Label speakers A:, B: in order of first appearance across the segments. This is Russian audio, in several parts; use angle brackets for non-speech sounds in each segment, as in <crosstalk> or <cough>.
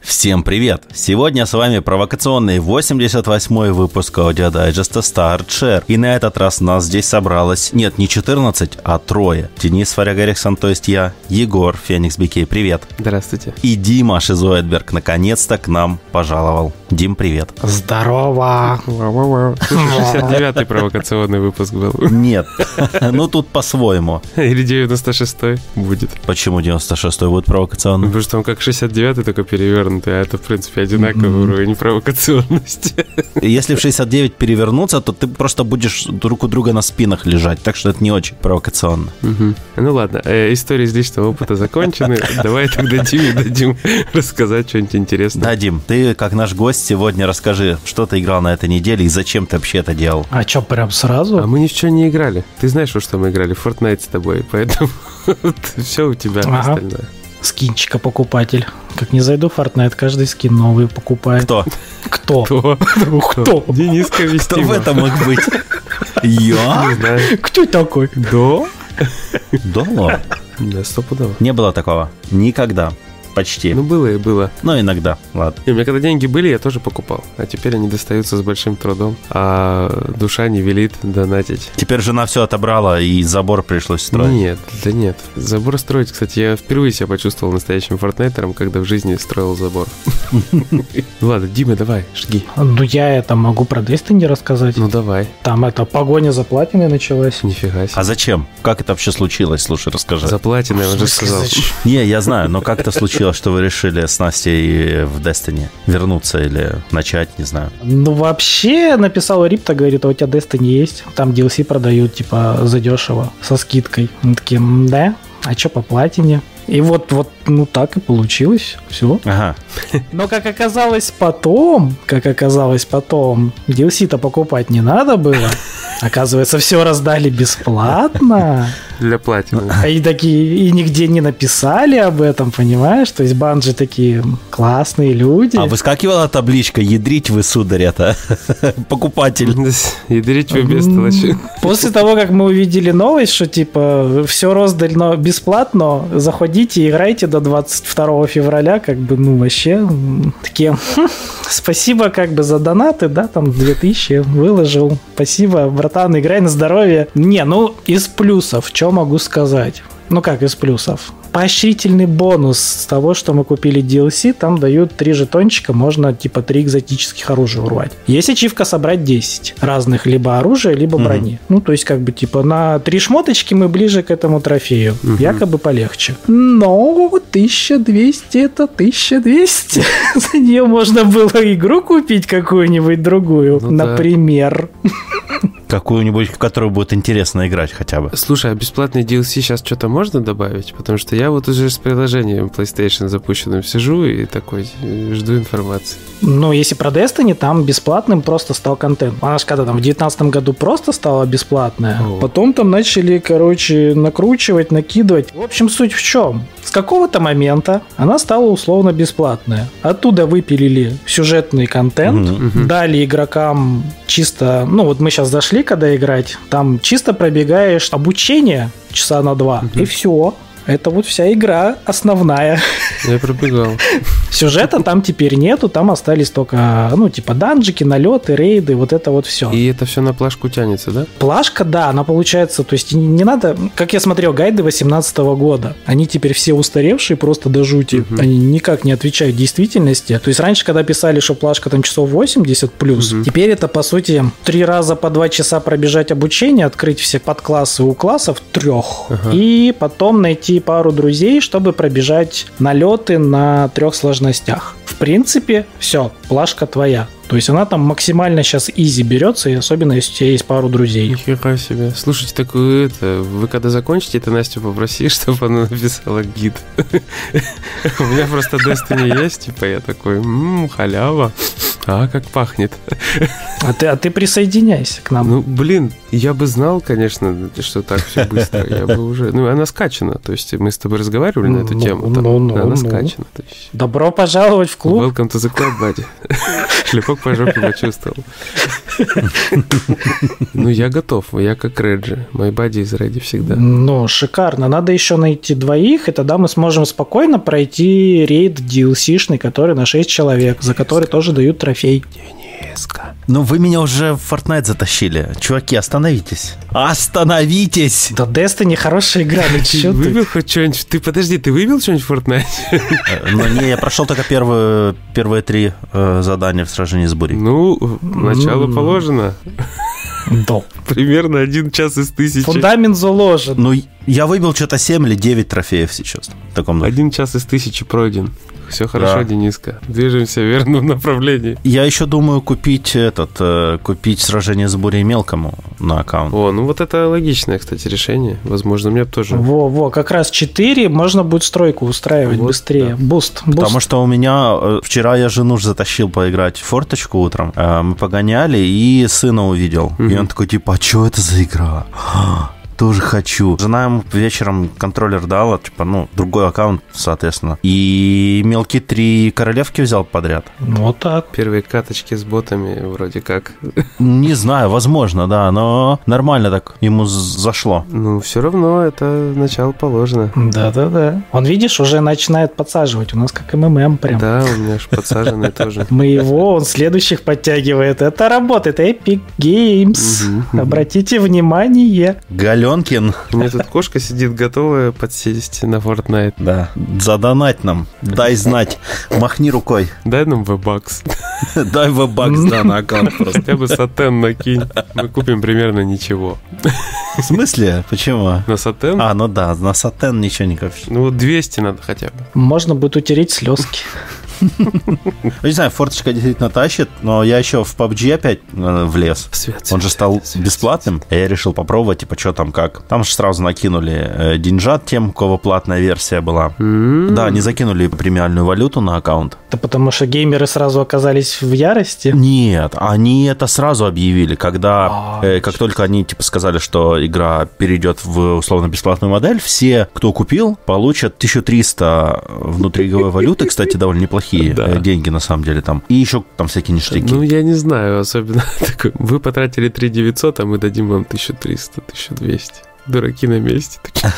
A: Всем привет! Сегодня с вами провокационный 88-й выпуск аудиодайджеста StartShare. И на этот раз нас здесь собралось, нет, не 14, а трое. Денис Фарягарихсон, то есть я, Егор Феникс Бикей, привет.
B: Здравствуйте.
A: И Дима Шизоидберг наконец-то к нам пожаловал. Дим, привет.
C: Здорово!
B: Слушай, 69-й провокационный выпуск был. <laughs>
A: Нет, <laughs> ну тут по-своему.
B: Или 96-й будет.
A: Почему 96-й будет провокационным?
B: Потому что он как 69-й, только перевернутый, а это, в принципе, одинаковый уровень провокационности.
A: Если в 69 перевернуться, то ты просто будешь друг у друга на спинах лежать, так что это не очень провокационно.
B: Ну ладно, э, истории из личного опыта закончены. Давай тогда Диме дадим <laughs> рассказать что-нибудь интересное.
A: Да, Дим, ты как наш гость сегодня расскажи, что ты играл на этой неделе и зачем ты вообще это делал.
C: А чё, прям
B: А
C: сразу?
B: мы ни в что не играли. Ты знаешь, во что мы играли? В Fortnite с тобой, поэтому <laughs> все у тебя
C: Ага.
B: остальное.
C: Скинчика покупатель. Как не зайду в Fortnite, каждый скин новый покупает.
A: Кто?
C: Кто?
B: Кто?
C: Кто?
B: Дениска
A: Кто в
B: Вестимов.
A: этом мог быть? Я?
B: Не знаю.
C: Кто такой?
B: До?
A: Да ладно.
B: Да, стопудово.
A: Не было такого. Никогда. Почти.
B: Ну, было и было.
A: Но иногда. Ладно.
B: И у меня когда деньги были, я тоже покупал. А теперь они достаются с большим трудом. А душа не велит донатить.
A: Теперь жена все отобрала, и забор пришлось строить.
B: Нет, да нет. Забор строить, кстати, я впервые себя почувствовал настоящим фортнайтером, когда в жизни строил забор. Ну Ладно, Дима, давай, жги.
C: Ну, я это могу про Destiny рассказать.
B: Ну давай.
C: Там это погоня за платиной началась.
B: Нифига
A: А
B: себе.
A: зачем? Как это вообще случилось? Слушай, расскажи.
B: За платиной, я уже сказал.
A: Не, я знаю, но как это случилось, что вы решили с Настей в Destiny вернуться или начать, не знаю.
C: Ну, вообще, написала Рипта, говорит, а у тебя Destiny есть? Там DLC продают, типа, задешево, со скидкой. Мы такие, «М, да? А чё по платине? И вот, вот, ну так и получилось. Все.
A: Ага.
C: Но как оказалось потом, как оказалось потом, DLC-то покупать не надо было. Оказывается, все раздали бесплатно.
B: Для платины.
C: И такие, и нигде не написали об этом, понимаешь? То есть банджи такие классные люди.
A: А выскакивала табличка «Ядрить вы, сударь, это <laughs> покупатель».
B: Ядрить тебе без
C: Ну.
B: толочи.
C: После того, как мы увидели новость, что типа все роздано бесплатно, заходите и играйте до 22 февраля, как бы, ну, вообще, м, такие, <laughs> «Хм, спасибо, как бы, за донаты, да, там, 2000 выложил, спасибо, братан, играй на здоровье. Не, ну, из плюсов, что могу сказать? Ну, как из плюсов? Поощрительный бонус с того, что мы купили DLC, там дают 3 жетончика, можно типа 3 экзотических оружия урвать. Есть ачивка собрать 10 разных либо оружия, либо
A: Мгм.
C: брони. Ну, то есть, как бы, типа, на 3 шмоточки мы ближе к этому трофею.
B: Мгм.
C: Якобы полегче. Но 1200 это 1200. <laughs> За нее можно было игру купить какую-нибудь другую.
B: Ну да.
C: Например.
A: Какую-нибудь, в которую будет интересно играть хотя бы.
B: Слушай, а бесплатный DLC сейчас что-то можно добавить? Потому что я вот уже с приложением PlayStation запущенным сижу и такой э, жду информации.
C: Ну, если про Destiny, там бесплатным просто стал контент. Она же когда там в девятнадцатом году просто стала бесплатная.
B: О.
C: Потом там начали, короче, накручивать, накидывать. В общем, суть в чем? С какого-то момента она стала условно бесплатная. Оттуда выпилили сюжетный контент.
A: Мгм.
B: Мгм.
C: Дали игрокам чисто, ну вот мы сейчас зашли, когда играть, там чисто пробегаешь обучение часа на два,
B: Мгм.
C: и все. Это вот вся игра основная.
B: Я пробегал.
C: Сюжета там теперь нету, там остались только, ну, типа, данжики, налеты, рейды, вот это вот все.
B: И это все на плашку тянется, да?
C: Плашка, да, она получается, то есть не- не надо, как я смотрел гайды 18 года, они теперь все устаревшие, просто до жути,
B: Мгм.
C: они никак не отвечают действительности. То есть раньше, когда писали, что плашка там часов 80 плюс,
B: Мгм.
C: теперь это, по сути, три раза по два часа пробежать обучение, открыть все подклассы у классов трех,
B: Ага.
C: и потом найти пару друзей, чтобы пробежать налеты на трех сложностях. В принципе, все, плашка твоя. То есть она там максимально сейчас изи берется, и особенно если у тебя есть пару друзей.
B: Нихера себе. Слушайте, такую это... Вы когда закончите это, Настю попроси, <laughs> чтобы она написала гид. У меня просто Destiny есть, типа я такой, ммм, халява. А, как пахнет.
C: А ты, а ты присоединяйся к нам.
B: Ну, блин, я бы знал, конечно, что так все быстро. Я бы уже... Ну, она скачана. То есть мы с тобой разговаривали на эту
C: Ну,
B: тему. там.
C: ну, ну,
B: Она
C: ну.
B: скачана. То есть...
C: Добро пожаловать в клуб.
B: <laughs> Welcome to the club, buddy. Шлепок по жопе почувствовал. Ну, я готов, я как Реджи. My body is ready всегда.
C: Ну, шикарно. Надо еще найти двоих, и тогда мы сможем спокойно пройти рейд DLC-шный, который на 6 человек, за который тоже дают трофей.
A: Ну, вы меня уже в Fortnite затащили. Чуваки, остановитесь. Остановитесь!
C: Да Destiny хорошая игра, ну
B: Ты
C: чё ты?
B: выбил хоть что-нибудь? Ты подожди, ты выбил что-нибудь в Fortnite?
A: Э, Ну, не, я прошел только первые, первые три э, задания в сражении с бурей.
B: Ну, начало положено.
C: Да.
B: Примерно один час из тысячи.
C: Фундамент заложен.
A: Ну, я выбил что-то 7 или 9 трофеев сейчас. В таком духе.
B: Один час из тысячи пройден. Все хорошо,
A: Да.
B: Дениска. Движемся в верном направлении.
A: Я еще думаю купить этот, э, купить сражение с бурей мелкому на аккаунт.
B: О, ну вот это логичное, кстати, решение. Возможно, мне бы тоже.
C: Во-во, как раз 4, можно будет стройку устраивать
B: Вот, да.
C: быстрее. Буст, буст.
A: Потому что у меня э, вчера я жену ж затащил поиграть в форточку утром. Э, Мы погоняли и сына увидел. И
B: Мгм.
A: он такой типа, а что это за игра? <gasps> А, Тоже хочу. Жена ему вечером контроллер дала, типа, ну, другой аккаунт, соответственно. И мелкие три королевки взял подряд.
C: Ну, вот так.
B: Первые каточки с ботами вроде как.
A: Не знаю, возможно, да, но нормально так ему з- зашло.
B: Ну, все равно это начало положено.
C: Да-да-да. Он, видишь, уже начинает подсаживать. У нас как МММ прям.
B: Да, у меня же подсаженный <laughs> тоже.
C: Мы его, он следующих подтягивает. Это работает. Epic Games.
B: Мгм, мгм.
C: Обратите внимание.
A: Галенкин,
B: У меня тут кошка сидит готовая подсесть на Fortnite.
A: да, задонать нам, дай знать, махни рукой,
B: Дай нам вебакс.
A: <laughs> дай вебакс, да, <laughs> на аккаунт просто.
B: Хотя бы сатен накинь. Мы купим примерно ничего.
A: В смысле? Почему?
B: На сатен?
A: А, ну да, на сатен ничего не копишь.
B: Ну, вот 200 надо хотя бы.
C: Можно будет утереть слезки.
A: Ну, не знаю, форточка действительно тащит, но я еще в PUBG опять э, влез.
B: Свет,
A: Он же стал бесплатным, а я решил попробовать, типа, что там как. Там же сразу накинули э, деньжат тем, у кого платная версия была. Да, не закинули премиальную валюту на аккаунт.
C: Это потому что геймеры сразу оказались в ярости.
A: Нет, они это сразу объявили, когда,
B: А,
A: э, как только они типа сказали, что игра перейдет в условно бесплатную модель, все, кто купил, получат 1300 внутриигровой валюты, кстати, довольно неплохие
B: <laughs> Да.
A: э, деньги на самом деле там, и еще там всякие ништяки.
B: Ну, я не знаю, особенно <laughs> такой. Вы потратили 3 900, а мы дадим вам 1300, 1200. Дураки на месте такие.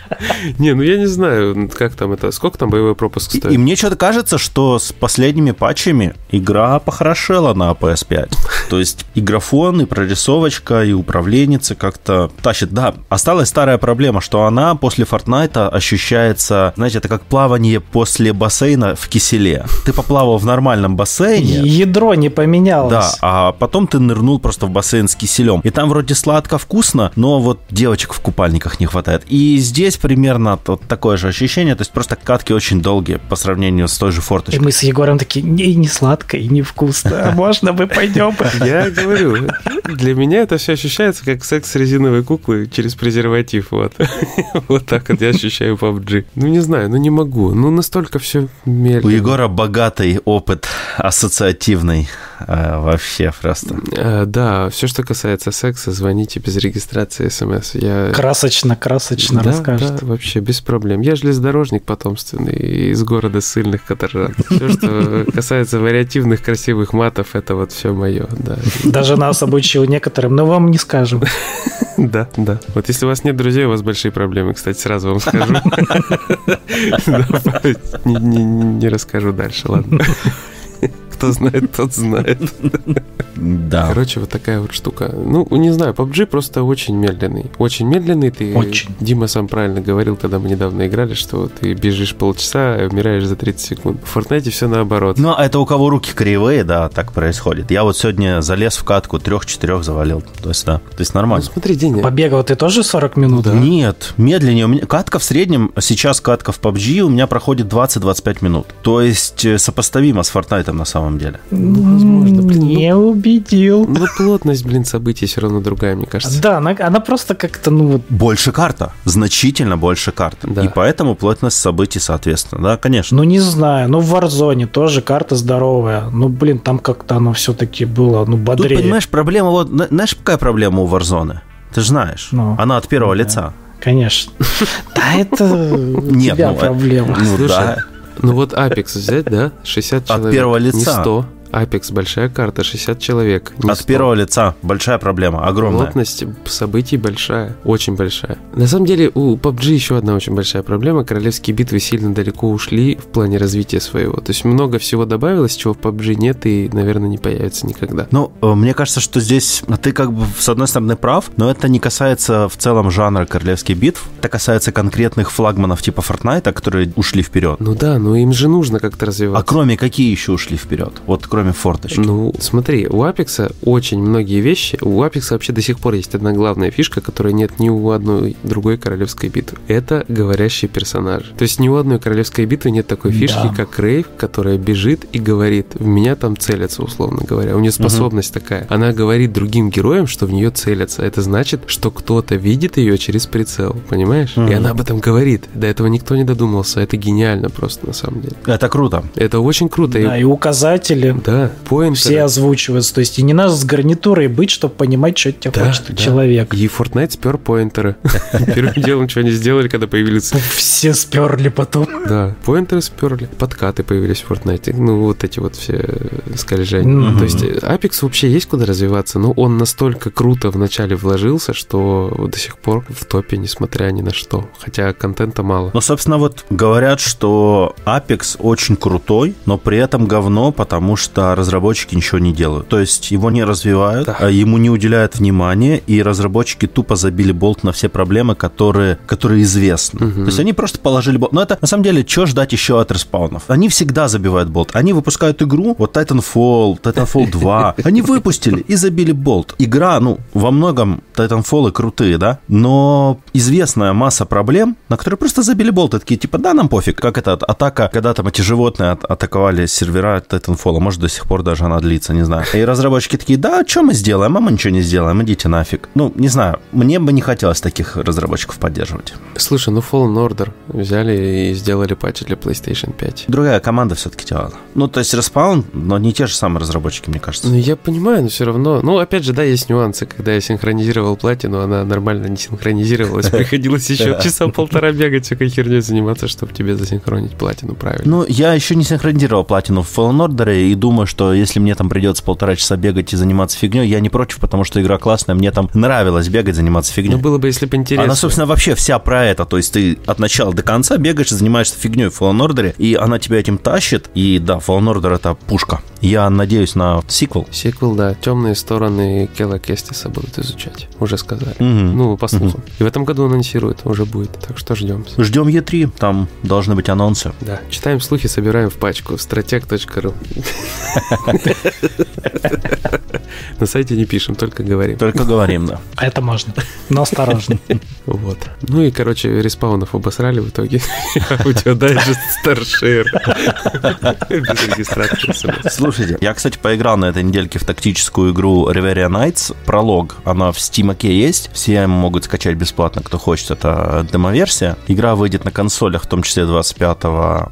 B: <laughs> Не, ну я не знаю, как там это, сколько там боевой пропуск
A: И, и
B: стоит?
A: мне что-то кажется, что с последними патчами игра похорошела на PS5. То есть и графон, и прорисовочка, и управленница как-то тащит. Да, осталась старая проблема, что она после Фортнайта ощущается, знаете, это как плавание после бассейна в киселе. Ты поплавал в нормальном бассейне,
C: Ядро не
A: да,
C: поменялось.
A: а потом ты нырнул просто в бассейн с киселем. И там вроде сладко, вкусно, но вот девочек в купальниках не хватает. И здесь примерно т- вот такое же ощущение, то есть просто катки очень долгие по сравнению с той же
C: И
A: форточкой.
C: мы с Егором такие, не, не сладко и
B: <laughs>
C: не вкусно. Можно мы пойдем?
B: Я говорю, для меня это все ощущается как секс с резиновой куклы через презерватив, вот. <laughs> Вот так вот я ощущаю PUBG. Ну, не знаю, ну не могу, ну настолько все
A: У
B: медленно.
A: Егора богатый опыт ассоциативный э, вообще просто.
B: Э, Да, все, что касается секса, звоните без регистрации смс. Я
C: Красочно, красочно
B: Да,
C: расскажет.
B: да, вообще без проблем. Я железнодорожник потомственный из города сыльных Катаржан. Все, что касается вариативных красивых матов, это вот все мое. Да.
C: Даже нас обучил некоторым, но вам не скажем.
B: да, да. Вот если у вас нет друзей, у вас большие проблемы, кстати, сразу вам <laughs> скажу. Да, Не не- не расскажу дальше, ладно. Кто знает, тот знает.
A: Да.
B: А, Короче, вот такая вот штука. Ну, не знаю, PUBG просто очень медленный. Очень медленный ты.
C: Очень.
B: Дима сам правильно говорил, когда мы недавно играли, что ты бежишь полчаса, а умираешь за 30 секунд. В Fortnite все наоборот.
A: Ну, а это у кого руки кривые, да, так происходит. Я вот сегодня залез в катку, трех-четырех завалил. То есть, да, то есть
B: Ну,
A: нормально.
B: смотри, Деня,
C: Побегал ты тоже 40 минут?
A: Нет, медленнее. У меня катка в среднем, сейчас катка в PUBG у меня проходит 20-25 минут. То есть э, сопоставимо с Fortnite на самом деле.
B: ну, возможно, блин, ну-
C: Не убедил.
B: ну плотность, блин, событий все равно другая, мне кажется.
C: Да, она, она просто как-то, ну вот,
A: Больше карта, значительно больше карта.
B: Да.
A: И поэтому плотность событий, соответственно. Да, конечно.
C: ну не знаю, ну в Warzone тоже карта здоровая. Ну блин, там как-то оно все-таки было, ну
A: Тут,
C: бодрее.
A: понимаешь, проблема вот... зна- Знаешь, какая проблема у Warzone? Ты же знаешь.
C: Ну,
A: Она от первого
C: да.
A: лица.
C: Конечно. Да это
B: <laughs>
C: у
A: Нет,
B: а
C: тебя
A: ну, э,
C: проблема.
A: Ну
B: Слушай,
A: да.
B: Ну вот Apex взять, да? 60
A: От
B: человек.
A: первого
B: Не
A: лица.
B: 100. Apex большая карта, 60 человек. не
A: От
B: 100.
A: первого лица большая проблема, огромная.
B: Плотность событий большая, очень большая. На самом деле у PUBG еще одна очень большая проблема. Королевские битвы сильно далеко ушли в плане развития своего. То есть много всего добавилось, чего в PUBG нет и, наверное, не появится никогда.
A: Ну, э, мне кажется, что здесь э, ты как бы с одной стороны прав, но это не касается в целом жанра королевских битв. Это касается конкретных флагманов типа Fortnite, которые ушли вперед.
B: Ну да, но им же нужно
A: А
B: как-то развиваться.
A: кроме какие еще ушли вперед? Вот кроме форточки.
B: Ну, смотри, у Apex очень многие вещи. У Apex вообще до сих пор есть одна главная фишка, которой нет ни у одной другой королевской битвы. Это говорящий персонаж. То есть ни у одной королевской битвы нет такой фишки,
C: Да.
B: как Рейв, которая бежит и говорит: В меня там целятся, условно говоря. У нее способность такая. Она говорит другим героям, что в нее целятся. Это значит, что кто-то видит ее через прицел. Понимаешь? И
A: Мгм.
B: она об этом говорит. До этого никто не додумался. Это гениально просто на самом деле.
A: Это круто.
B: Это очень круто.
C: Да,
B: и...
C: и указатели.
B: Да, поинтеры.
C: Все озвучиваются. То есть и не надо с гарнитурой быть, чтобы понимать, что от тебя
B: Да,
C: хочет
B: да.
C: человек.
B: И Fortnite спер поинтеры. <laughs> Первым делом, что они сделали, когда появились...
C: Все сперли потом.
B: Да, поинтеры сперли. Подкаты появились в Fortnite. Ну, вот эти вот все э, скольжения.
C: Мгм.
B: То есть э, Apex вообще есть куда развиваться, но он настолько круто вначале вложился, что до сих пор в топе, несмотря ни на что. Хотя контента мало.
A: Ну, собственно, вот говорят, что Apex очень крутой, но при этом говно, потому что разработчики ничего не делают. То есть его не развивают,
B: Да.
A: а ему не уделяют внимания, и разработчики тупо забили болт на все проблемы, которые, которые известны.
B: Мгм.
A: То есть они просто положили болт. Но это, на самом деле, что ждать еще от респаунов? Они всегда забивают болт. Они выпускают игру, вот Titanfall,
B: <laughs>
A: Titanfall 2. Они выпустили и забили болт. Игра, ну, во многом Titanfall крутые, да? Но известная масса проблем, на которые просто забили болт. И такие, типа, да, нам пофиг. Как это атака, когда там эти животные от- атаковали сервера Titanfall. а Может, до сих пор даже она длится, не знаю. И разработчики такие, да, что мы сделаем? А мы ничего не сделаем, идите нафиг. Ну, не знаю, мне бы не хотелось таких разработчиков поддерживать.
B: Слушай, ну Fallen Order взяли и сделали патч для PlayStation 5.
A: Другая команда все-таки делала. Ну, то есть Respawn, но не те же самые разработчики, мне кажется.
B: Ну, я понимаю, но все равно. Ну, опять же, да, есть нюансы. Когда я синхронизировал платину, она нормально
A: <laughs>
B: не синхронизировалась. Приходилось еще
A: Да.
B: часа полтора бегать всякой херней заниматься, чтобы тебе засинхронить платину правильно.
A: Ну, я еще не синхронизировал платину в Fallen Order и думаю, что если мне там придется полтора часа бегать и заниматься фигней, я не против, потому что игра классная, мне там нравилось бегать, заниматься фигней.
B: Ну, было бы, если бы
A: Она,
B: интересно.
A: собственно, вообще вся про это. То есть ты от начала до конца бегаешь и занимаешься фигней в Fallen Order, и она тебя этим тащит. И да, Fallen Order это пушка. Я надеюсь на сиквел.
B: Сиквел, да, темные стороны Кела Кестиса будут изучать. Уже сказали.
A: Мгм.
B: Ну, по слухам. И в этом году анонсируют, уже будет. Так что ждем.
A: Ждем Е3, там должны быть анонсы.
B: Да. Читаем слухи, собираем в
A: <laughs>
B: пачку. Стратег.ру На сайте не пишем, только говорим.
A: Только говорим, да.
C: А Это можно. Но осторожно.
B: Вот. Ну и, короче, респаунов обосрали в итоге. <laughs> У тебя дальше старшер. Без регистрации смс.
A: Слушайте, я, кстати, поиграл на этой недельке в тактическую игру Reveria Nights, пролог, она в Steam есть, все могут скачать бесплатно, кто хочет, это демоверсия. Игра выйдет на консолях, в том числе 25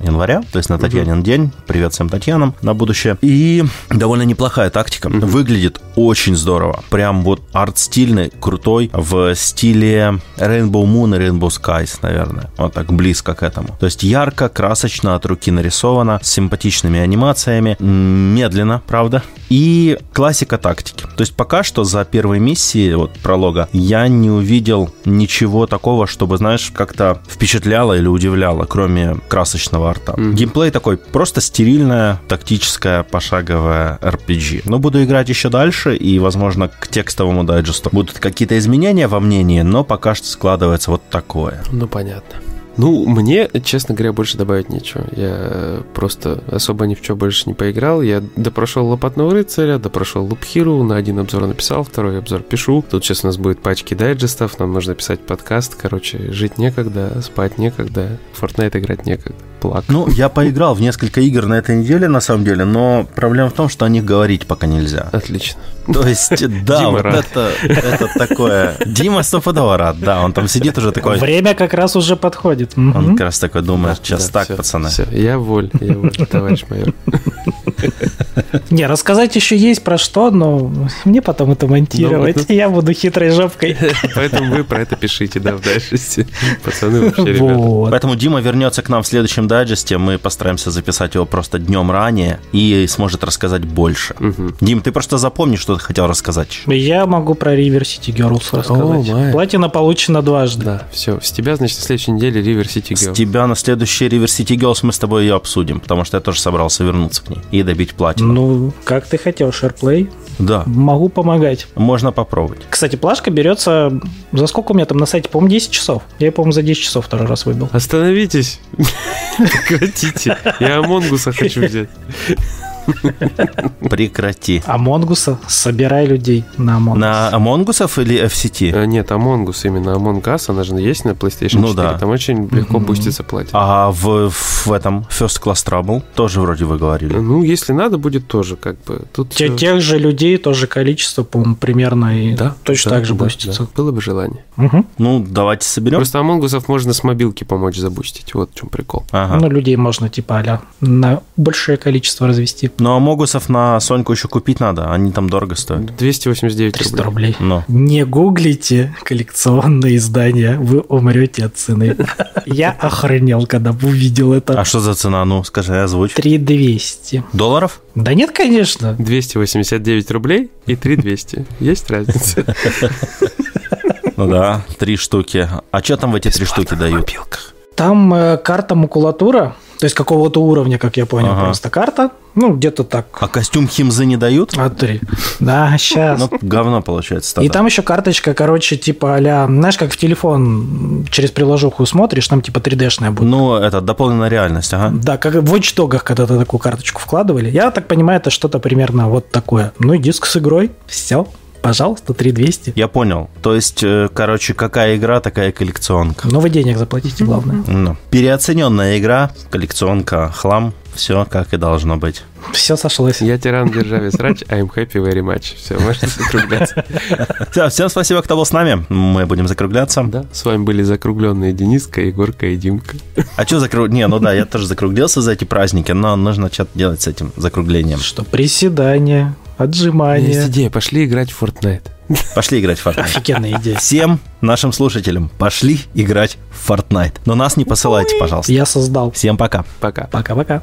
A: января, то есть на Татьянин день, привет всем Татьянам на будущее. И довольно неплохая тактика, выглядит очень здорово, прям вот арт-стильный, крутой, в стиле Rainbow Moon и Rainbow Skies, наверное, вот так близко к этому. То есть ярко, красочно, от руки нарисовано, с симпатичными анимациями, м, медленно, правда, и классика тактики. То есть пока что за первой миссии, вот пролога, я не увидел ничего такого, чтобы, знаешь, как-то впечатляло или удивляло, кроме красочного арта.
B: Мгм.
A: Геймплей такой, просто стерильная, тактическая, пошаговая RPG. Но буду играть еще дальше, и, возможно, к текстовому дайджесту будут какие-то изменения во мнении, но пока что складывается вот такое.
B: Ну, понятно. Ну, мне, честно говоря, больше добавить нечего. Я э, просто особо ни в чем больше не поиграл. Я допрошел Лопатного рыцаря, допрошел Луп Hero, на один обзор написал, второй обзор пишу. Тут сейчас у нас будет пачки дайджестов, нам нужно писать подкаст. Короче, жить некогда, спать некогда, в Fortnite играть некогда. Плак.
A: Ну, я поиграл в несколько игр на этой неделе, на самом деле, но проблема в том, что о них говорить пока нельзя.
B: Отлично.
A: То
B: <laughs>
A: есть, да,
B: Дима
A: вот
B: рад.
A: это, это такое... Дима стопудово рад, да, он там сидит уже такой...
C: Время как раз уже подходит.
A: Он
C: Мгм.
A: как раз такой думает, сейчас так, пацаны. <laughs>
B: Все, я воль, я воль, товарищ майор.
C: Не, рассказать еще есть про что, но мне потом это монтировать.
B: Ну, ну.
C: Я буду хитрой жопкой.
B: Поэтому вы про это пишите, да, в дальше. Пацаны, вообще, ребята.
C: Вот.
A: Поэтому Дима вернется к нам в следующем дайджесте. Мы постараемся записать его просто днем ранее и сможет рассказать больше.
B: Мгм.
A: Дим, ты просто запомни, что ты хотел рассказать.
C: Я могу про River City Girls
B: май.
C: рассказать. Платина получена дважды.
B: Да, все. С тебя, значит, на следующей неделе River City
A: С
B: Girl.
A: тебя на следующий River City Girls мы с тобой ее обсудим, потому что я тоже собрался вернуться к ней и добить платину.
C: Ну, как ты хотел, шерплей.
A: Да,
C: Могу помогать.
A: можно попробовать.
C: Кстати, плашка берется... За сколько у меня там на сайте? По-моему, 10 часов. Я ее, по-моему, за 10 часов второй раз выбил.
B: Остановитесь. <laughs> Прекратите. Я Амонгуса хочу
A: <laughs>
B: взять.
A: Прекрати.
C: А Монгуса собирай людей на Амонгус.
A: На Амонгусов или FCT?
B: Э, Нет, Амонгус именно. Among Us, она же есть на PlayStation 4.
A: Ну да.
B: Там очень легко
C: Мгм.
B: бустится платье.
A: А в, в этом First Class Trouble тоже вроде вы говорили.
B: Ну, если надо, будет тоже, как бы. Тут
C: Те-
B: э,
C: тех же людей, тоже количество, по-моему, примерно. И
B: да,
C: точно
B: да,
C: так же
B: да,
C: бустится.
B: да. Было бы желание.
C: Мгм.
A: Ну, давайте соберем.
B: Просто Амонгусов можно с мобилки помочь забустить. Вот в чем прикол.
A: Ага.
C: Ну, людей можно, типа, аля на большее количество развести.
A: Ну, а Могусов на Соньку еще купить надо, они там дорого стоят.
B: 289
C: 300
B: рублей.
C: рублей.
A: Но.
C: Не гуглите коллекционные издания, вы умрете от цены. Я охренел, когда увидел
A: А
C: это.
A: что за цена? Ну, скажи, озвучь.
C: 3200.
A: Долларов?
C: Да нет, конечно.
B: 289 рублей и 3200. Есть <laughs> разница?
A: Ну да, три штуки. А что там в эти три штуки дают?
C: Там э, карта макулатура, то есть какого-то уровня, как я понял,
A: Ага.
C: просто карта. Ну, где-то так.
A: А костюм химзы не дают?
C: А три. Да, сейчас.
A: Ну, говно получается
C: И
A: тогда.
C: там еще карточка, короче, типа а знаешь, как в телефон м, через приложуху смотришь, там типа 3D-шная будет.
A: Ну, это дополненная реальность, ага.
C: Да, как в Watch Dogs'ах когда-то такую карточку вкладывали. Я так понимаю, это что-то примерно вот такое. Ну и диск с игрой. Все. Пожалуйста, 3200.
A: Я понял. То есть, э, короче, какая игра, такая и коллекционка.
C: Но Ну, вы денег заплатите, главное.
A: Ну. Переоцененная игра, коллекционка, хлам, все как и должно быть.
C: Все сошлось.
B: Я тиран державе срач, I'm happy very much. Все, можно закругляться.
A: Всё, всем спасибо, кто был с нами. Мы будем закругляться.
B: <laughs> Да, с вами были закругленные Дениска, Егорка и Димка.
A: А что закру... Не, ну да, я тоже закруглился за эти праздники, но нужно что-то делать с этим закруглением.
C: Что, приседания,
B: Есть
C: отжимания.
B: идея, пошли играть в Fortnite.
A: Пошли играть в Fortnite.
C: Офигенная идея.
A: Всем нашим слушателям пошли играть в Fortnite. Но нас не посылайте, пожалуйста.
C: Я создал.
A: Всем пока.
B: Пока.
C: Пока-пока.